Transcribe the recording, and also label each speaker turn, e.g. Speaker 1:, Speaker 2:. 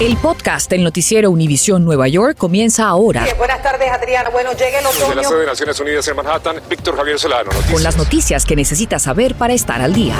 Speaker 1: El podcast del noticiero Univisión Nueva York comienza ahora
Speaker 2: Bien, buenas tardes, Adriana. Bueno, llega el
Speaker 3: Desde la sede
Speaker 2: otoño.
Speaker 3: de Naciones Unidas en Manhattan, Víctor Javier Solano.
Speaker 1: con
Speaker 3: Noticias.
Speaker 1: las noticias que necesitas saber para estar al día.